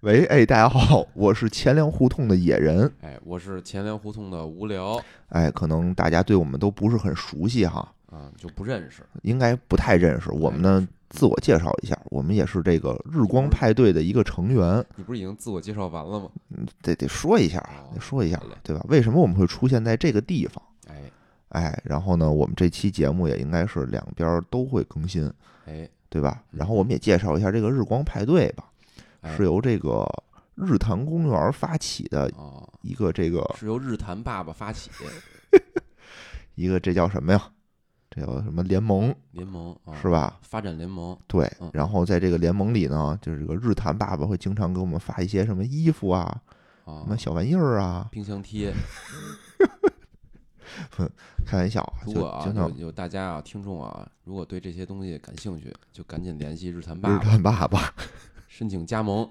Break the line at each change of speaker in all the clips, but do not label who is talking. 喂，哎，大家好，我是钱粮胡同的野人。
哎，我是钱粮胡同的无聊
哎，可能大家对我们都不是很熟悉哈，
啊，就不认识。
应该不太认识。我们呢，
哎
自我介绍一下，我们也是这个日光派对的一个成员，
你不是已经自我介绍完了吗？
得得说一下啊，得说一下
哦好嘞，
对吧？为什么我们会出现在这个地方？
哎
哎，然后呢，我们这期节目也应该是两边都会更新，
哎
对吧？然后我们也介绍一下这个日光派对吧，
哎
是由这个日坛公园发起的
哦，
一个这个
是由日坛爸爸发起
一个这叫什么呀？这叫什么联盟
联盟啊，
是吧？
发展联盟
对
嗯，
然后在这个联盟里呢，就是这个日坛爸爸会经常给我们发一些什么衣服啊、
啊
什，么小玩意儿啊，
冰箱贴。
开玩笑啊，
如
就
果啊
经
有
常
有大家啊听众啊，如果对这些东西感兴趣，就赶紧联系日坛爸
日
爸
坛爸爸。
申请加盟。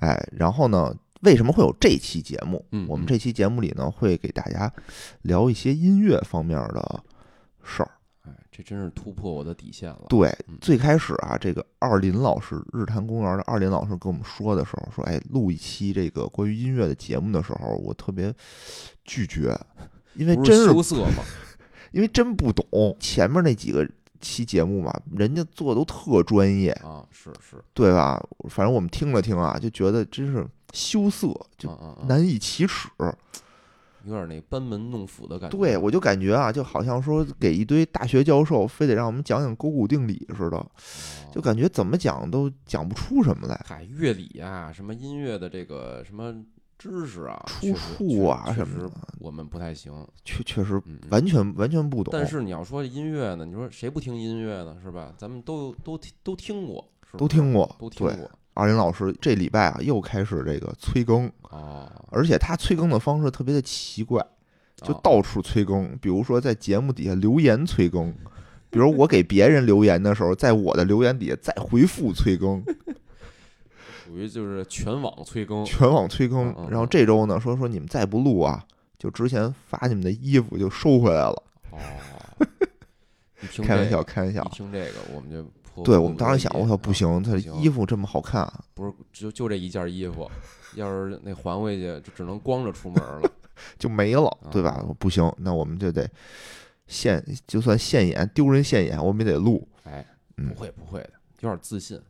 哎，然后呢，为什么会有这期节目？
嗯
我们
嗯
这期节目里呢，会给大家聊一些音乐方面的事儿。
哎，这真是突破我的底线了。
对
嗯，
最开始啊，这个二林老师，日坛公园的二林老师跟我们说的时候，说，哎，录一期这个关于音乐的节目的时候，我特别拒绝，因为
不
真
是
是
羞涩吗？
因为真不懂前面那几个期节目嘛，人家做的都特专业，
啊，是是，
对吧？反正我们听了听啊，就觉得真是羞涩，就
嗯嗯嗯，
难以启齿。
有点那个班门弄斧的感觉。
对我就感觉啊，就好像说给一堆大学教授非得让我们讲讲勾股定理似的，
哦
就感觉怎么讲都讲不出什么来。
嗨，乐理啊，什么音乐的这个什么知识啊，
出
确实
处啊
确
什
确
么
实我们不太行。
确确实
嗯，嗯
完全完全不懂。
但是你要说音乐呢，你说谁不听音乐呢？是吧？咱们都都听都听过，是不
都
是
听过，
都听
对，
过。
二林老师这礼拜啊又开始这个催更，
哦，
而且他催更的方式特别的奇怪。就
哦
到处催更，比如说在节目底下留言催更，比如我给别人留言的时候，在我的留言底下再回复催 更，
属于就是全网催更。
全网催
嗯嗯
更。
嗯
然后这周呢，说说你们再不录啊，就之前发你们的衣服就收回来了。
哦，一听
开玩
这个
笑，，开玩
一
笑。
听这个我们就颇
对
颇
我们
不
当时
乐
想，
意
我操，
啊
不行，他
不行
衣服这么好看，啊
不是就就这一件衣服， 要是那还回去就只能光着出门了。
就没了，对吧
嗯？
不行，那我们就得现，就算现眼丢人现眼，我们也得录。
哎，
嗯
不会不会的，有点自信。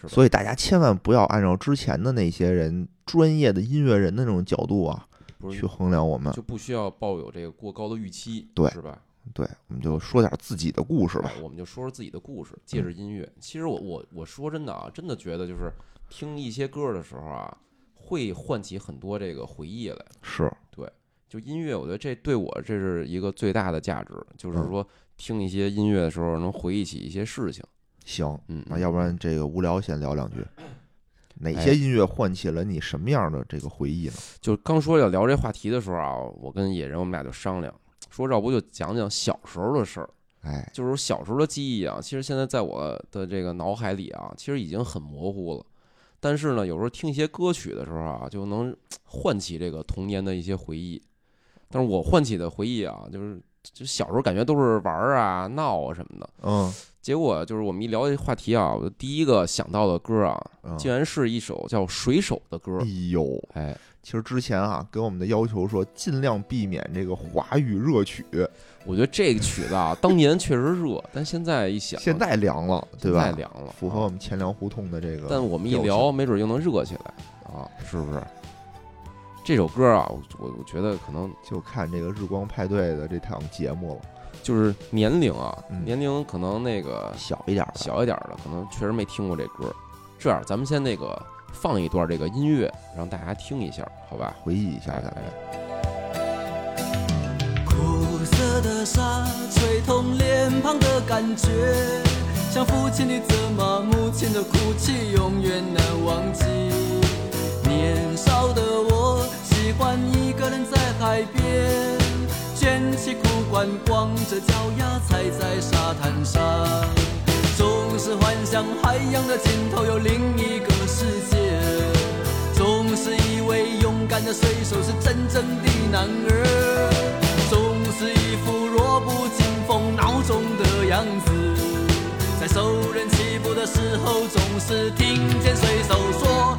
是吧
所以大家千万不要按照之前的那些人专业的音乐人的那种角度啊，
不是
去衡量我们。
就不需要抱有这个过高的预期，
嗯对
是吧？
对，我们就说点自己的故事吧。嗯
哎我们就说说自己的故事，借着音乐。其实我我我说真的啊，真的觉得就是听一些歌的时候啊，会唤起很多这个回忆来。
是，
就音乐，我觉得这对我这是一个最大的价值，就是
嗯
说听一些音乐的时候能回忆起一些事情。
行，
嗯，哎
那要不然这个无聊先聊 两句。哪些音乐唤起了你什么样的这个回忆呢？
就刚说要聊这话题的时候啊，我跟野人我们俩就商量，说要不就讲讲小时候的事儿。
哎，
就是小时候的记忆啊，其实现在在我的这个脑海里啊，其实已经很模糊了。但是呢，有时候听一些歌曲的时候啊，就能嘖唤起这个童年的一些回忆。但是我唤起的回忆啊，就是就小时候感觉都是玩儿啊、闹啊什么的。
嗯，
结果就是我们一聊这话题啊，我第一个想到的歌啊，
嗯
竟然是一首叫《水手》的歌
哎。呦，
哎，
其实之前啊，给我们的要求说尽量避免这个华语热曲，
我觉得这个曲子啊，当年确实热，但现在一想，
现在凉了，对
太
吧？
凉了，
符合我们钱粮胡同的这个。
啊但我们一
调性
聊，没准又能热起来啊，是不是？这首歌啊，我我我觉得可能
就看这个日光派对的这档节目了，
就是年龄啊，
嗯
年龄可能那个
小一点儿的，
啊小一点儿的，可能确实没听过这歌。这样，咱们先那个放一段这个音乐，让大家听一下，好吧？
回忆一下
哎
咱们。
苦涩的沙吹痛脸庞的感觉，像父亲的责骂，母亲的哭泣，永远难忘记。年少的我喜欢一个人在海边，卷起裤管，光着脚丫踩在沙滩上，总是幻想海洋的尽头有另一个世界。总是以为勇敢的水手是真正的男儿，总是一副弱不禁风、孬种的样子，在受人欺负的时候，总是听见水手说。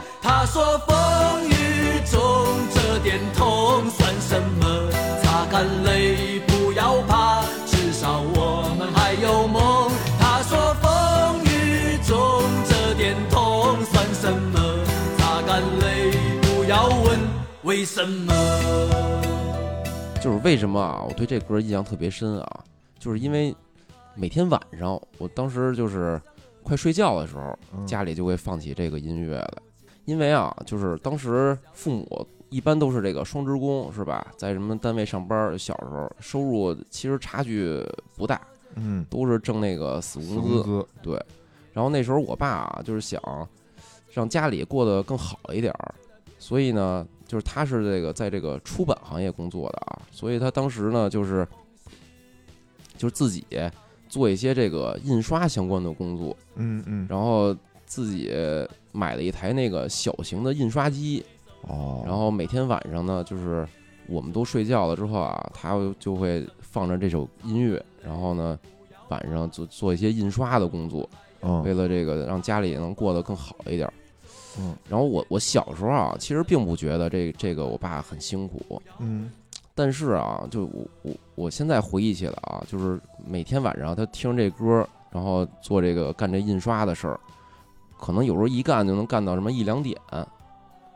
梭风雨中，这点痛算什么？擦干泪，不要怕，至少我们还有梦。他说风雨中，这点痛算什么？擦干泪，不要问为什么。
就是为什么啊？我对这歌印象特别深啊，就是因为每天晚上，我当时就是快睡觉的时候，
嗯
家里就会放起这个音乐来。因为啊，就是当时父母一般都是这个双职工，是吧？在什么单位上班，小时候收入其实差距不大，
嗯，
都是挣那个死
死
工
工
资。
资，
对，然后那时候我爸啊，就是想让家里过得更好一点儿，所以呢，就是他是这个在这个出版行业工作的啊，所以他当时呢就是就是自己做一些这个印刷相关的工作，
嗯嗯，
然后自己买了一台那个小型的印刷机，
哦，
然后每天晚上呢，就是我们都睡觉了之后啊，他就会放着这首音乐，然后呢晚上做做一些印刷的工作。为
嗯
了这个让家里能过得更好一点儿。
嗯，
然后我我小时候啊，其实并不觉得这这个我爸很辛苦，
嗯
但是啊，就我我我现在回忆起来啊，就是每天晚上他听这歌，然后做这个干这印刷的事儿，可能有时候一干就能干到什么一两点，
有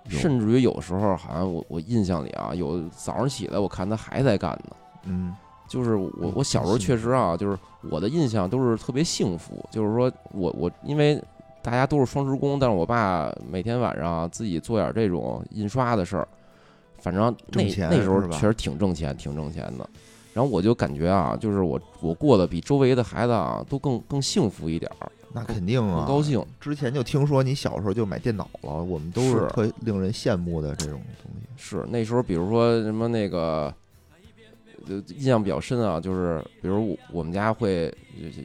甚至于有时候好像我我印象里啊，有早上起来我看他还在干呢。
嗯
就是我
嗯
我小时候确实啊，就是我的印象都是特别幸福，就是说我我因为大家都是双职工，但是我爸每天晚上啊自己做点这种印刷的事儿，反正那
挣钱
那时候
是吧
确实挺挣钱，挺挣钱的。然后我就感觉啊，就是我我过得比周围的孩子啊都更更幸福一点儿，
那肯定
更
啊，
高兴。
之前就听说你小时候就买电脑了，我们都是
是
特令人羡慕的这种东西。
是那时候，比如说什么那个，呃，印象比较深啊，就是比如我我们家会就是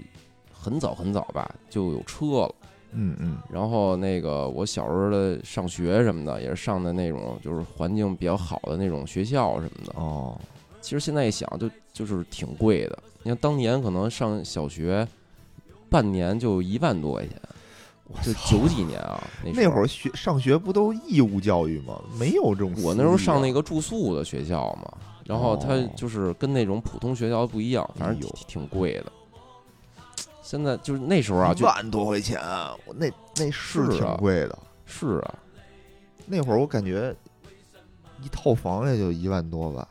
很早很早吧就有车了。
嗯嗯
然后那个我小时候的上学什么的，也是上的那种就是环境比较好的那种学校什么的。
哦，
其实现在一想就，就是挺贵的。你看当年可能上小学半年就一万多块钱，就九几年啊，那时
那
候
会儿学上学不都义务教育吗？没有这种私立啊。
我那时候上那个住宿的学校嘛，然后它
哦
就是跟那种普通学校不一样，反正
哎呦
挺挺贵的。现在就是那时候啊，
一
就
万多块钱啊，我那那是
是
挺
啊
贵的。
是啊，
那会儿我感觉一套房也就一万多吧，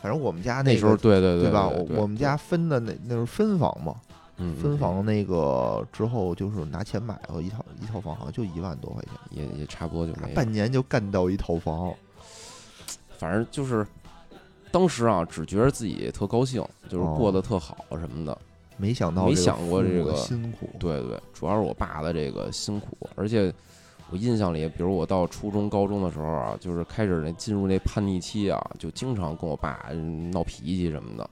反正我们家
那
个
时候对对
对吧？
对对
我我们家分的那那是分房嘛，
嗯嗯
分
嗯
房那个之后就是拿钱买了一套一套房，好像就一万多块钱，
也也差不多就没有
半年就干到一套房。
反正就是当时啊，只觉得自己特高兴，就是过得特好什么的。
没想到
没
这个
想过
父
这
母的
个
辛苦，
对对，主要是我爸的这个辛苦，而且我印象里，比如我到初中、高中的时候啊，就是开始那进入那叛逆期啊，就经常跟我爸嗯闹脾气什么的。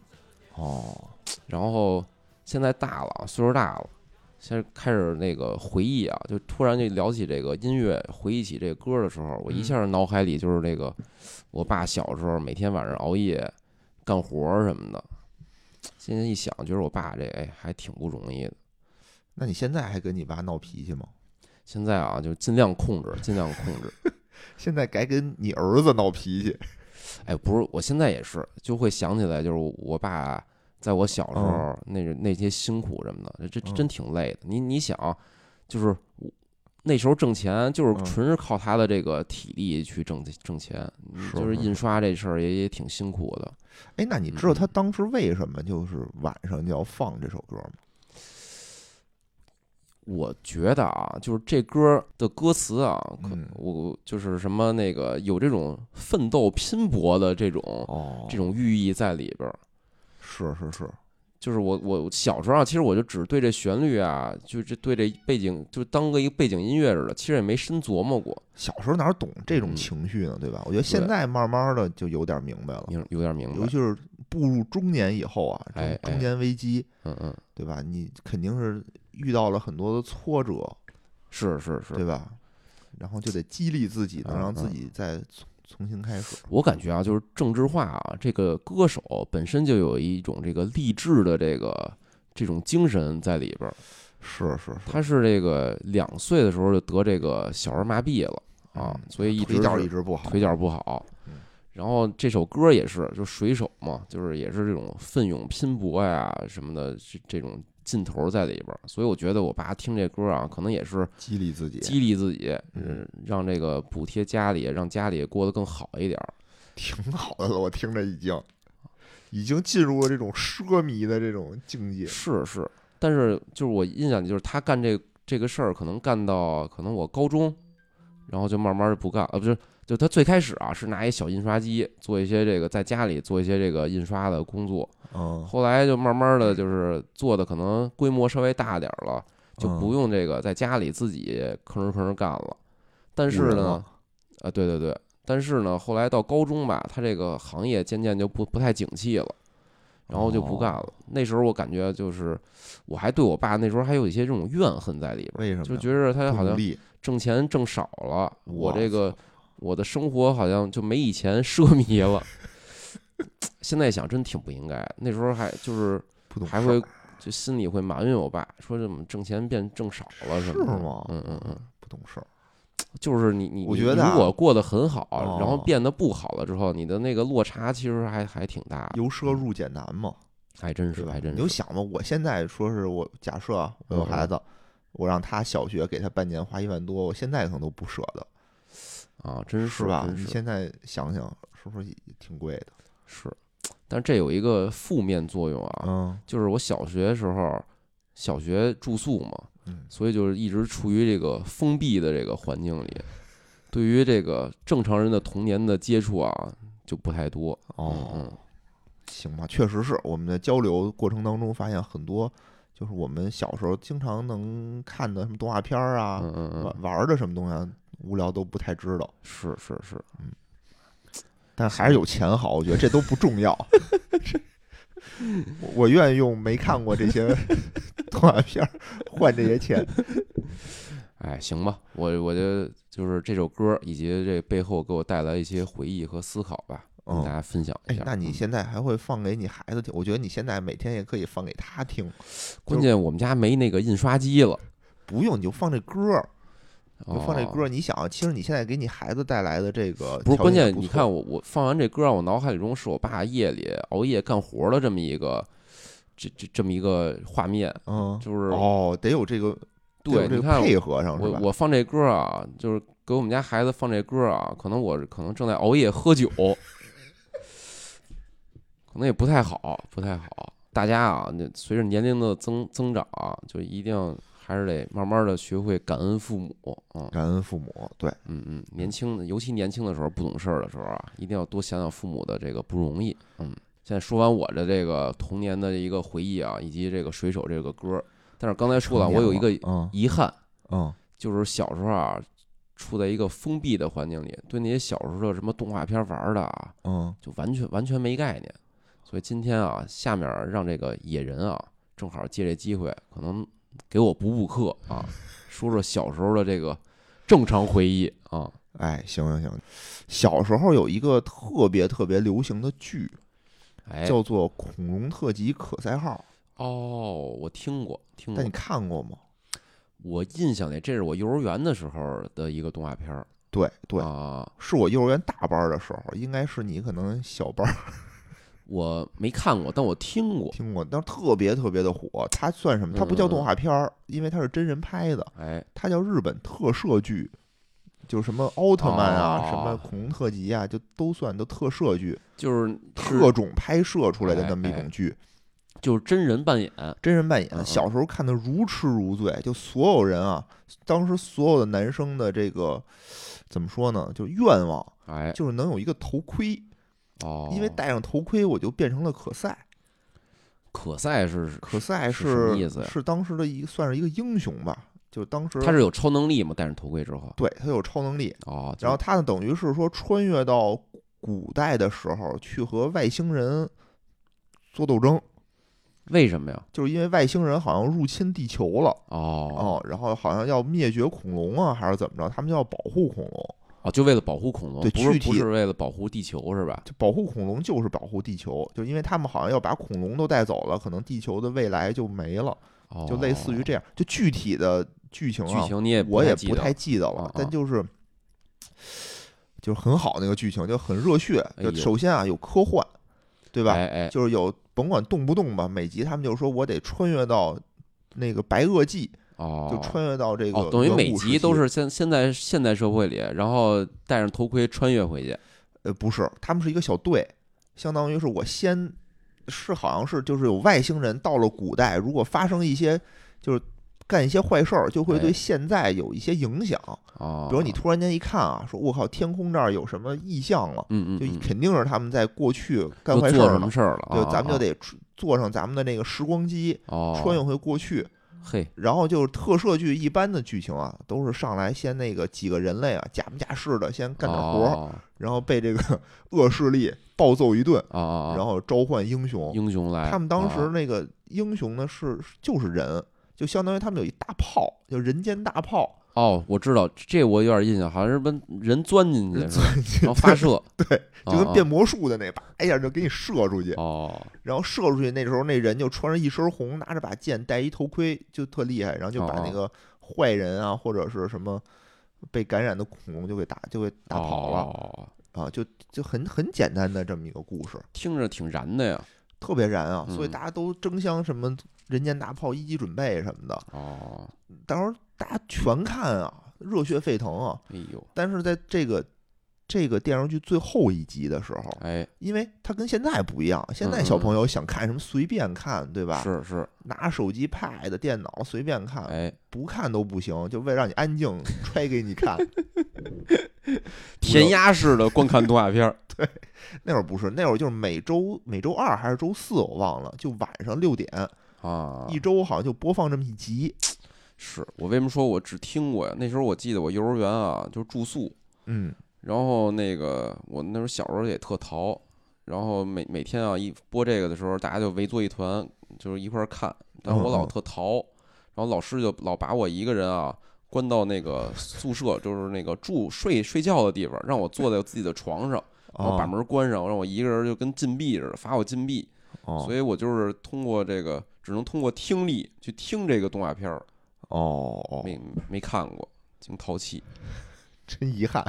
哦，
然后现在大了啊，岁数大了，现在开始那个回忆啊，就突然就聊起这个音乐，回忆起这个歌的时候，我一下脑海里就是那个我爸小时候每天晚上熬夜干活儿什么的。现在一想，觉得我爸这哎还挺不容易的。
那你现在还跟你爸闹脾气吗？
现在啊，就尽量控制，尽量控制。
现在该跟你儿子闹脾气，
哎，不是，我现在也是，就会想起来，就是我我爸在我小时候那那些辛苦什么的，这这
嗯
真挺累的。你你想，就是我那时候挣钱，就是
嗯
纯是靠他的这个体力去挣挣钱，嗯
是
就是
是
印刷这事儿也也挺辛苦的。
哎，那你知道
嗯
他当时为什么就是晚上就要放这首歌吗？
我觉得啊，就是这歌的歌词啊，可
嗯
我就是什么那个有这种奋斗拼搏的这种
哦
这种寓意在里边儿。
是是是，
就是我我小时候啊，其实我就只对这旋律啊，就这对这背景，就当个一个背景音乐似的，其实也没深琢磨过，
小时候哪懂这种
嗯
情绪呢，对吧？我觉得现
对
在慢慢的就有点明白了，
有有点明
尤
白
其。是步入中年以后啊，
哎
这种
哎
中年危机，
嗯嗯，
对吧？你肯定是遇到了很多的挫折，
是是是，
对吧？然后就得激励自己，能
嗯
让
嗯
自己再重重新开始。
我感觉啊，就是郑智化啊，这个歌手本身就有一种这个励志的这个这种精神在里边儿。
是是是，
他是这个两岁的时候就得这个小儿麻痹了。啊
嗯，
所以一直
腿脚
是
一直不好，
腿脚不好
嗯。
然后这首歌也是，就水手嘛，就是也是这种奋勇拼搏呀什么的，这这种劲头在里边儿。所以我觉得我爸听这歌啊，可能也是
激励自己，
激励自己，
嗯
嗯，让这个补贴家里，让家里过得更好一点儿。
挺好的了。我听着已经已经进入了这种奢靡的这种境界。
是是，但是就是我印象里，就是他干这这个事儿，可能干到可能我高中，然后就慢慢儿不干了，呃不是，就他最开始啊是拿一小印刷机做一些这个在家里做一些这个印刷的工作，
嗯，
后来就慢慢的就是做的可能规模稍微大点儿了，就
嗯
不用这个在家里自己吭哧吭哧干了。但是
雇人
呢
了，
啊对对对，但是呢，后来到高中吧，他这个行业渐渐就不不太景气了，然后就不干
哦
了。那时候我感觉就是，我还对我爸那时候还有一些这种怨恨在里边
为什么
儿，就
呀
觉着他
不
好
努
像
力
挣钱挣少了，我
哇
这个我的生活好像就没以前 奢靡了。现在想真挺不应该，那时候还就是
不懂
还
事
会
儿
就心里会埋怨我爸，说怎么挣钱变挣少了什么的。
是吗
嗯嗯嗯，
不懂事儿，
就是你你
我
你
觉得啊
如果过得很好，
哦
然后变得不好了之后，你的那个落差其实还还挺大的。
由奢入俭难嘛，
还真
对
是，
吧
嗯还？真。
你就是想吧，我现在说是我假设啊，我有
嗯嗯
孩子，我让他小学给他半年花一万多，我现在可能都不舍得，
啊，真
是吧？
真
你
是
现在想想，是不是也挺贵的？
是，但这有一个负面作用啊，
嗯
就是我小学时候，小学住宿嘛，
嗯，
所以就是一直处于这个封闭的这个环境里，对于这个正常人的童年的接触啊，就不太多。嗯
哦，
嗯，
行吧，确实是我们在交流过程当中发现很多，就是我们小时候经常能看的什么动画片儿啊，
嗯嗯嗯，
玩玩儿的什么东西啊，无聊都不太知道，
是是是，
但还是有钱好，我觉得这都不重 要。我我愿意用没看过这 些动画片儿换这些钱。
哎，行吧，我我觉得就是这首歌以及这背后给我带来一些回忆和思考吧，跟
嗯
大家分享一
哎
下，。
那你
嗯
现在还会放给你孩子听？我觉得你现在每天也可以放给他听，
关键我们家没那个印刷机了，
不用你就放这歌儿，你就放这
哦
歌儿。你想，啊其实你现在给你孩子带来的这个
不是
条
关
件也
键，你
错
看我我放完这歌，我脑海里中是我爸夜里熬夜干活的这么一个，这这这么一个画面，
嗯，
就是
哦，得有这个得
对，
有这
你
个
看
配合上是
我
吧？
我放这歌啊，就是给我们家孩子放这歌啊，可能我可能正在熬夜喝酒， 可能也不太好，不太好。大家啊，那随着年龄的增增长啊，就一定还是得慢慢的学会感恩父母啊。
感恩父母，对，
嗯嗯，年轻的，尤其年轻的时候不懂事儿的时候啊，一定要多想想父母的这个不容易。嗯，现在说完我的这个童年的一个回忆啊，以及这个《水手》这个歌儿，但是刚才说了，我有一个
嗯
遗憾，
嗯
就是小时候啊，处在一个封闭的环境里，对那些小时候的什么动画片玩儿的啊，
嗯，
就完全完全没概念。所以今天啊，下面让这个野人啊，正好借这机会，可能给我补补课啊，说说小时候的这个正常回忆啊。
哎，行行行，小时候有一个特别特别流行的剧，
哎，
叫做《恐龙特级可赛号
哦，我听过，》，听
但你
过，
看过吗？
我印象里这是我幼儿园的时候的一个动画片儿。
对对，
啊，
是我幼儿园大班儿的时候，应该是你可能小班儿
我没看过，但我听过。
听过，但是特别特别的火。它算什么？它不
嗯
叫动画片儿，因为它是真人拍的，
哎，
它叫日本特摄剧，就是什么奥特曼啊，
哦
什么恐龙特级啊，就都算都特摄剧，
就是是
特种拍摄出来的那么一
哎哎
种剧。
就是真人扮演，
真人扮演
嗯，嗯
小时候看的如痴如醉，就所有人啊，当时所有的男生的这个怎么说呢，就愿望
哎，
就是能有一个头盔，
哦，
因为戴上头盔我就变成了可赛，
可赛是
可赛
是什么意
是
思呀
是当时的一个算是一个英雄吧，就是当时
他是有超能力嘛，戴上头盔之后，
对他有超能力，
哦，就
然后他呢等于是说穿越到古代的时候去和外星人做斗争，
为什么呀？
就是因为外星人好像入侵地球了。
哦
哦，然后好像要灭绝恐龙啊，还是怎么着？他们就要保护恐龙，
哦，就为了保护恐龙，
对
不是
具体
不是为了保护地球是吧？
就保护恐龙就是保护地球，就因为他们好像要把恐龙都带走了，可能地球的未来就没了，
哦，
就类似于这样。就具体的剧情啊，
剧情你也
我也
记
不
得
太记得了，
啊啊
但就是就是很好那个剧情，就很热血。
哎呦
就首先啊有科幻，对吧？
哎哎，
就是有甭管动不动吧，每集他们就说我得穿越到那个白垩纪，
哦，
就穿越到这个、
哦，等于每集都是现现在现代社会里，然后戴上头盔穿越回去。
呃不是，他们是一个小队，相当于是我先是好像是就是有外星人到了古代，如果发生一些就是干一些坏事儿，就会
哎
对现在有一些影响。
哦，
比如你突然间一看啊，说我靠，天空这儿有什么异象了，
嗯嗯
就
嗯，
肯定是他们在过去干
又
坏事
做
儿
什
了
么。事儿了？
对
啊，
咱们就
啊
得出坐上咱们的那个时光机，
哦
穿越回过去。
嘿，
然后就是特摄剧一般的剧情啊，都是上来先那个几个人类啊，假模假式的先干点活儿，
哦
然后被这个 恶势力暴揍一顿，
哦哦，
然后召唤英雄。
英雄来，
他们当时
哦
那个英雄呢是就是人，就相当于他们有一大炮，叫人间大炮，
哦，我知道这我有点印象，好像是把人钻进去，是吧然后哦发射，
对，就
哦
跟变魔术的那把，一下就给你射出去，
哦，
然后射出去那时候那人就穿着一身红，拿着把剑，戴一头盔，就特厉害，然后就把
哦
那个坏人啊或者是什么被感染的恐龙就给打就给
哦
打跑了。
了，
啊，就就很很简单的这么一个故事，
听着挺燃的呀。
特别燃啊，所以
嗯
大家都争相什么人间大炮一级准备什么的，
哦，
到时候大家全看啊，热血沸腾啊。
哎呦，
但是在这个这个电视剧最后一集的时候，
哎，
因为它跟现在不一样，现在
嗯嗯
小朋友想看什么随便看，对吧？啊
是是，
拿手机、pad、电脑随便看，
哎，
不看都不行，就为了让你安 静，揣给你看。
填鸭式的观看动画片儿，
那会儿不是，那会儿就是每周每周二还是周四，我忘了，就晚上六点，
啊，
一周好像就播放这么一集。
是我为什么说我只听过呀？那时候我记得我幼儿园啊，就是住宿，
嗯，
然后那个我那时候小时候也特淘，然后每每天啊一播这个的时候，大家就围坐一团，就是一块儿看。但是我老
嗯嗯
特淘，然后老师就老把我一个人啊关到那个宿舍，就是那个住睡睡觉的地方，让我坐在自己的床上，然后把
哦
门关上，让我一个人就跟禁闭似的，罚我禁闭。
哦
所以我就是通过这个，只能通过听力去听这个动画片儿，
哦哦，
没没看过，净淘气。
真遗憾。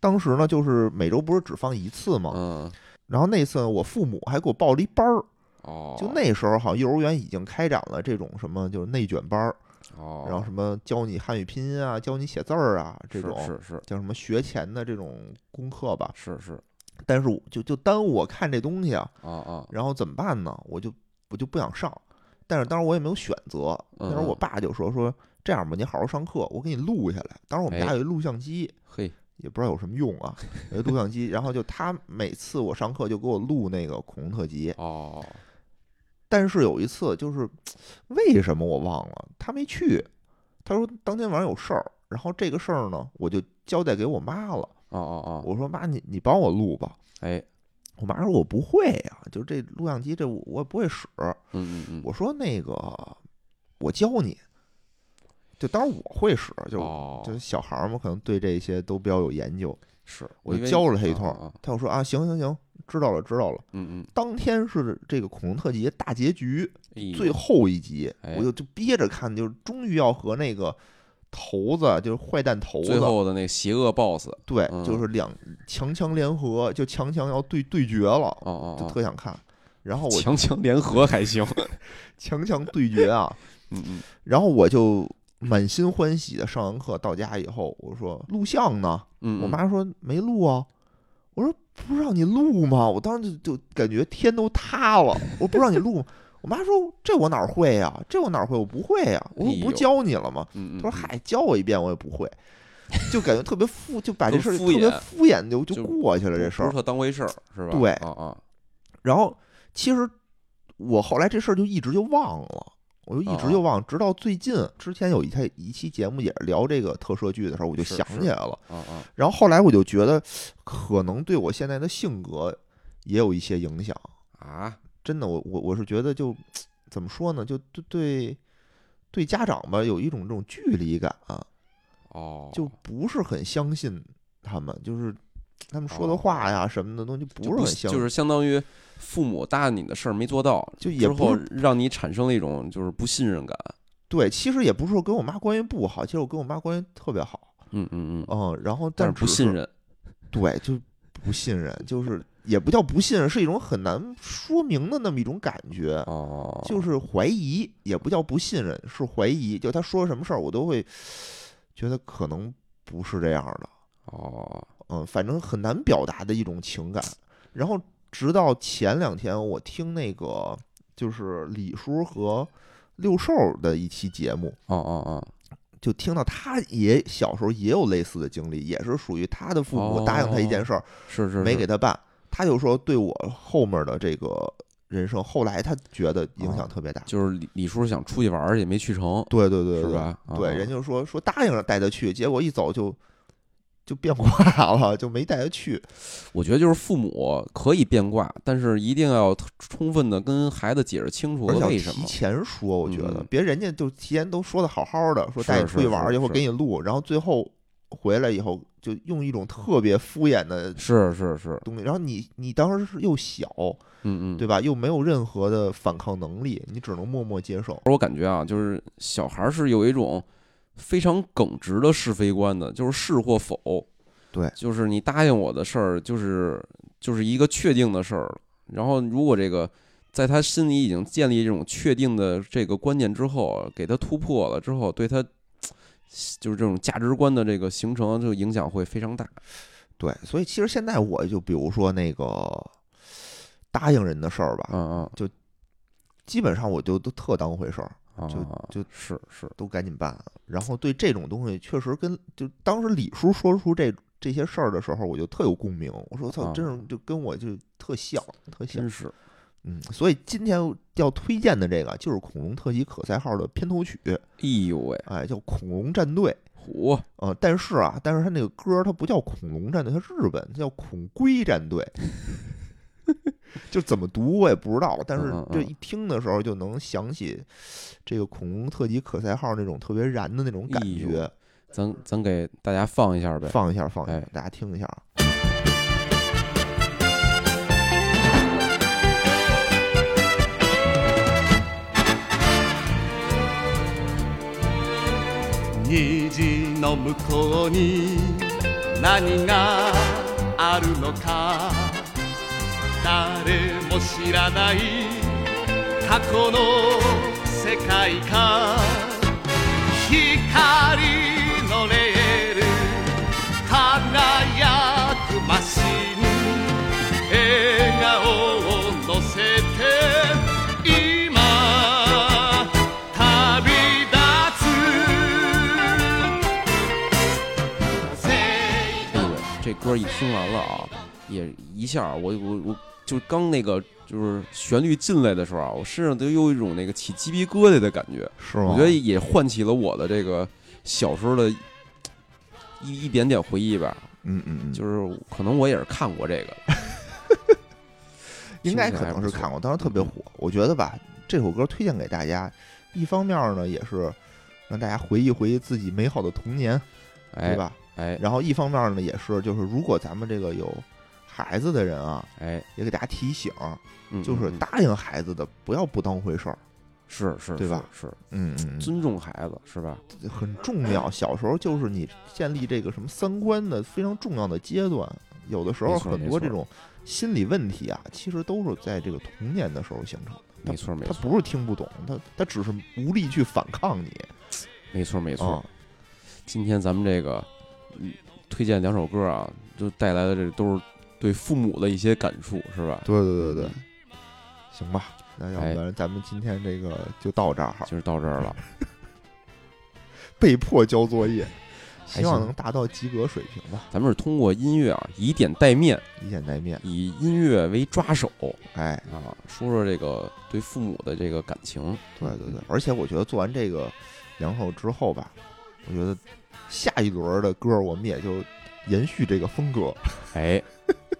当时呢，就是每周不是只放一次嘛，
嗯，
然后那次呢我父母还给我报了一班儿，
哦，
就那时候好像幼儿园已经开展了这种什么就是内卷班儿，
哦，
然后什么教你汉语拼音啊，教你写字儿啊这种
是是
叫什么学前的这种功课吧。
是是是
但是我就就耽误我看这东西啊，
啊啊，
然后怎么办呢？我就我就不想上，但是当时我也没有选择。
嗯
那时候我爸就说说这样吧，你好好上课，我给你录下来。当时我们
哎
家有一录像机，
嘿，
也不知道有什么用啊，有一录像机。然后就他每次我上课就给我录那个《恐龙特辑》，
哦，
但是有一次就是为什么我忘了，他没去。他说当天晚上有事儿，然后这个事儿呢，我就交代给我妈了。
哦哦哦，
我说妈，你你帮我录吧。
哎，
我妈说我不会呀、就这录像机这我我也不会使。
嗯嗯嗯，
我说那个，我教你。就当然我会使，就、
哦
就小孩儿嘛，可能对这些都比较有研究。
是，
我
以
就
为
教了他一
啊
通
啊啊
他就说啊，行行行，知道了知道了。
嗯嗯
当天是这个《恐龙特辑》大结局
哎呦，
最后一集，
哎
我就就憋着看，就是终于要和那个头子，就是坏蛋头
最
子，
后的那个邪恶 BOSS，哦
对，
嗯
就是两强强联合，就强强要对对决了，
哦
就
哦，
特想看。然后我
强强联合还行，
强强对决啊，
嗯嗯，
然后我就满心欢喜的上完课到家以后，我说录像呢？
嗯，
我
嗯
妈说没录啊。我说不是让你录吗？我当时就就感觉天都塌了。我不是让你录吗， 我妈说这我哪儿会呀、这我哪儿会？我不会呀、我说
哎
我
呦
不是教你了吗？
嗯嗯，
她说
嗯，
嗨，教我一遍我也不会，就感觉特别敷，就把这事儿
特敷
特别
衍
敷衍就就
就
过去了这
不
事
不
儿
是。特当回事儿是吧？
对
啊啊，
然后其实我后来这事儿就一直就忘了，我就一直
哦
就忘了，直到最近之前有一台一期节目也是聊这个特摄剧的时候，我就是想
是
起来了。
啊啊，
然后后来我就觉得，可能对我现在的性格也有一些影响。
啊，
真的，我我我是觉得就怎么说呢，就对对对家长吧有一种这种距离感、啊，
哦，
就不是很相信他们，就是他们说的
哦
话呀什么的东西不
就是
很
是
相
就
信，
是相当于父母答应你的事儿没做到，
就也
之
不
后
是
让你产生了一种就是不信任感，
对，其实也不是说跟我妈关系不好，其实我跟我妈关系特别好，
嗯嗯嗯，
嗯，然后
但
是
不
只
信任，
对，就不信任，就是也不叫不信任，是一种很难说明的那么一种感觉，
哦，
就是怀疑，也不叫不信任，是怀疑。就他说什么事儿，我都会觉得可能不是这样的，
哦，
嗯，反正很难表达的一种情感。然后直到前两天，我听那个就是李叔和六兽的一期节目，
哦哦哦，
就听到他也小时候也有类似的经历，也是属于他的父母
哦
答应他一件事儿、
是是，
没
是
给他办，他就说对我后面的这个人生，后来他觉得影响特别大。
哦就是李李叔想出去玩儿也没去成，
对对对
是
对对，
吧？啊
对，人就说说答应了带他去，结果一走就就变卦了，就没带他去。
我觉得就是父母可以变卦，但是一定要充分的跟孩子解释清楚
而且要
为什
提
么。
前说，我觉得
嗯
别人家就提前都说的好好的，说
是
带你出去
是
玩儿
是
去，或
是
给你录，然后最后回来以后就用一种特别敷衍的
是是是，
东西，然后你你当时是又小，
嗯嗯，
对吧？又没有任何的反抗能力，你只能默默接受。
我感觉啊，就是小孩儿是有一种非常耿直的是非观的，就是是或否。
对
就是你答应我的事儿，就是就是一个确定的事儿了。然后如果这个在他心里已经建立这种确定的这个观念之后，啊给他突破了之后，对他就是这种价值观的这个形成，这个影响会非常大。
对，所以其实现在我就比如说那个答应人的事儿吧，
嗯
基本上我就都特当回事儿，
嗯，
就
啊
就是
是，
都赶紧办。然后对这种东西，确实跟就当时李叔说出这这些事儿的时候，我就特有共鸣。我说操，
啊
真是就跟我就特像，特像
真。是
嗯，所以今天要推荐的这个就是恐龙特级可赛号的片头曲，
哎呦喂，
哎，叫《恐龙战队》。
虎
呃，但是啊，但是他那个歌儿它不叫恐龙战队，它日本它叫恐龟战 队，就怎么读我也不知道，但是
嗯嗯
这
嗯
一听的时候就能想起这个恐龙特级可赛号那种特别燃的那种感
哎呦
觉。
咱咱给大家放一下呗。
放一下，放一下
哎，
大家听一下。
虹の向こうに何があるのか誰も知らない過去の世界か光のレール輝くマシン笑顔を乗せて今旅立つ
哎呦喂，这歌一听完了啊，也一下我我我就刚那个就是旋律进来的时候啊，我身上都有一种那个起鸡皮疙瘩的感觉，
是吗？
我觉得也唤起了我的这个小时候的一一点点回忆吧，
嗯嗯嗯，
就是可能我也是看过这 个，
应该
听
可
起来
能
不
是
错嗯
看过，当时特别火。我觉得吧，这首歌推荐给大家，一方面呢也是让大家回忆回忆自己美好的童年，对
哎
吧？
哎
然后一方面呢，也是就是如果咱们这个有孩子的人啊，
哎，
也给大家提醒，
嗯
就是
嗯嗯
答应孩子的不要不当回事儿，
是是，
对吧
是？是
嗯嗯
尊重孩子是吧？
嗯，很重要。小时候就是你建立这个什么三观的非常重要的阶段，有的时候
没错
很
没
多
错
这种心理问题啊，其实都是在这个童年的时候形成的。
没错没
他
错
不是听不懂，他他只是无力去反抗你。
没错没错
啊，，
今天咱们这个嗯推荐两首歌啊，就带来的这都是对父母的一些感触，是吧？
对对对对，行吧，那要
嗯哎
不然咱们今天这个就到这儿哈，
就是到这啊儿了。
被迫交作业，
还
希望
行
能达到及格水平吧，
咱们是通过音乐啊，以点带面，
以眼待面。
以音乐为抓手
哎，
啊，说说这个对父母的这个感情。
对对对，嗯而且我觉得做完这个两首之后吧，我觉得下一轮的歌我们也就延续这个风格。
哎，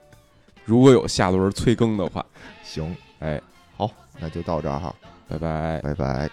如果有下轮催更的话，
行，
哎，
好，那就到这儿哈，
拜拜。
拜拜。